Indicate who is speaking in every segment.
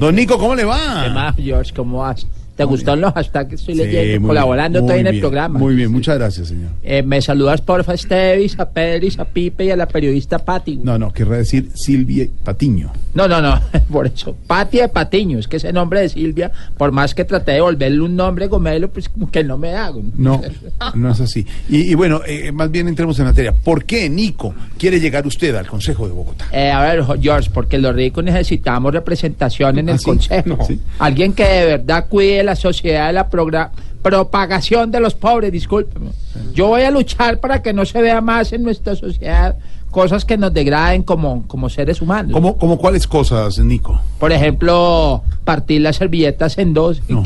Speaker 1: Don Nico, ¿cómo le
Speaker 2: ¿Qué
Speaker 1: va?
Speaker 2: más, George? ¿Cómo vas? ¿Te gustaron los hashtags que estoy leyendo?
Speaker 1: muy
Speaker 2: colaborando
Speaker 1: bien,
Speaker 2: estoy en
Speaker 1: muy
Speaker 2: el
Speaker 1: bien,
Speaker 2: programa.
Speaker 1: Muy bien, muchas gracias, señor.
Speaker 2: Eh, me saludas, porfa, a Estevis, a Pedris, a Pipe y a la periodista Pati. No,
Speaker 1: No, no, querrá decir Silvia Patiño.
Speaker 2: no, no, por eso. Pati de Patiño, es que ese nombre de Silvia, por más que traté de volverle un nombre gomelo, pues como que no me hago.
Speaker 1: No, no es así. Y, y bueno, eh, más bien entremos en materia. ¿Por qué, Nico, quiere llegar usted al Consejo de Bogotá?
Speaker 2: Eh, a ver, jo- George, porque los ricos necesitamos representación en el
Speaker 1: ¿Ah, sí?
Speaker 2: Consejo.
Speaker 1: No. Sí.
Speaker 2: Alguien que de verdad cuide la sociedad de la progra- propagación de los pobres, discúlpeme. Yo voy a luchar para que no se vea más en nuestra sociedad cosas que nos degraden como, como seres humanos.
Speaker 1: ¿Cómo, cómo cuáles cosas, Nico?
Speaker 2: Por ejemplo, partir las servilletas en dos,
Speaker 1: No.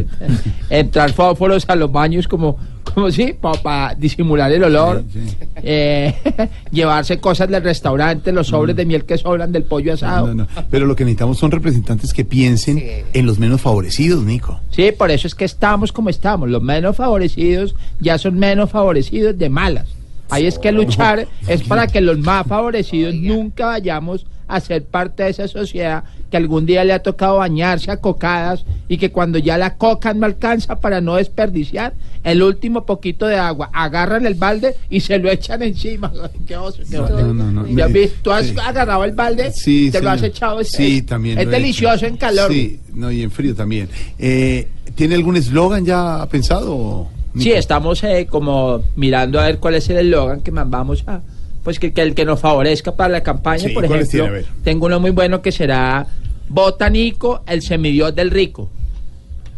Speaker 2: entrar fósforos a los baños como, como sí, para disimular el olor,
Speaker 1: Sí, sí.
Speaker 2: Eh, llevarse cosas del restaurante, los sobres de miel que sobran del pollo asado.
Speaker 1: Mm. No, no, Pero lo que necesitamos son representantes que piensen en los menos favorecidos, Nico.
Speaker 2: Sí, por eso es que estamos como estamos. Los menos favorecidos ya son menos favorecidos de malas. Ahí es que luchar es para que los más favorecidos nunca vayamos a ser parte de esa sociedad que algún día le ha tocado bañarse a cocadas y que cuando ya la coca no alcanza para no desperdiciar el último poquito de agua, agarran el balde y se lo echan encima. Qué oso, qué oso.
Speaker 1: No, no, no.
Speaker 2: ¿Ya
Speaker 1: Me-
Speaker 2: has visto? ¿Tú has
Speaker 1: sí.
Speaker 2: agarrado el balde?
Speaker 1: Sí,
Speaker 2: ¿Te lo
Speaker 1: señor.
Speaker 2: has echado?
Speaker 1: Sí, también.
Speaker 2: Es
Speaker 1: lo he hecho.
Speaker 2: delicioso en calor.
Speaker 1: Sí, no, y en frío también. Eh, ¿Tiene algún eslogan ya pensado? Nico?
Speaker 2: Sí, estamos eh, como mirando a ver cuál es el eslogan que mandamos a. Pues que, que el que nos favorezca para la campaña,
Speaker 1: Sí,
Speaker 2: por
Speaker 1: ¿cuáles
Speaker 2: ejemplo.
Speaker 1: tiene? A ver.
Speaker 2: Tengo uno muy bueno que será Botánico, el semidios del rico.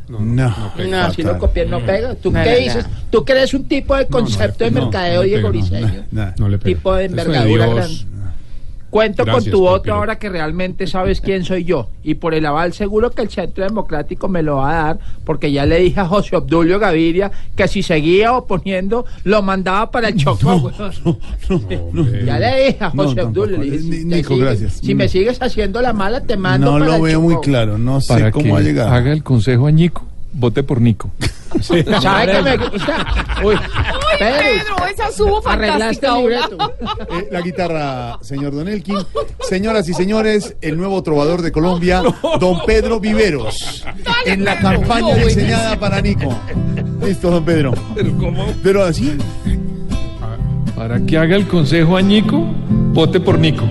Speaker 1: No, no,
Speaker 2: No, si lo copié, no pega. ¿Tú qué dices? ¿Tú crees un tipo de concepto de mercadeo, Diego Briseño? tipo de envergadura grande. Cuento con tu voto ahora que realmente sabes quién soy yo. Y por el aval seguro que el Centro Democrático me lo va a dar, porque ya le dije a José Obdulio Gaviria que si seguía oponiendo, lo mandaba para el Chocó. huevón. ya le dije a
Speaker 1: Eh, No,
Speaker 2: José
Speaker 1: tampoco.
Speaker 2: Obdulio. le dije, si
Speaker 1: Ni-
Speaker 2: te
Speaker 1: Nico,
Speaker 2: sigues-
Speaker 1: gracias.
Speaker 2: Si me sigues haciendo la mala, te mando
Speaker 1: No
Speaker 2: para
Speaker 1: lo
Speaker 2: el
Speaker 1: veo muy
Speaker 2: Chocó".
Speaker 1: claro, no sé
Speaker 3: para
Speaker 1: cómo ha
Speaker 3: que
Speaker 1: llegado.
Speaker 3: haga el consejo a Nico. Vote por Nico.
Speaker 2: ¿Sabe que me gusta? Uy, Pérez,
Speaker 4: esa subo
Speaker 2: arreglaste el libreto.
Speaker 1: Eh, la guitarra, señor Don Elkin. Señoras y señores, el nuevo trovador de Colombia, Don Pedro Viveros. En la campaña diseñada para Nico. Listo, Don Pedro. Pero así.
Speaker 3: Para que haga el consejo a Nico, vote por Nico.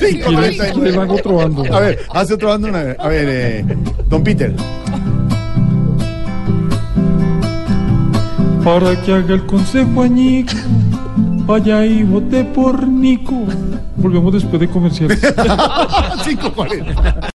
Speaker 3: Y le- le
Speaker 1: 5.39.
Speaker 3: hago otro bando.
Speaker 1: A ver, hace otro bando una vez. A ver, eh, Don Peter.
Speaker 3: Para que haga el consejo a Nico, vaya y vote por Nico. Volvemos después de comerciales.
Speaker 1: 5.40.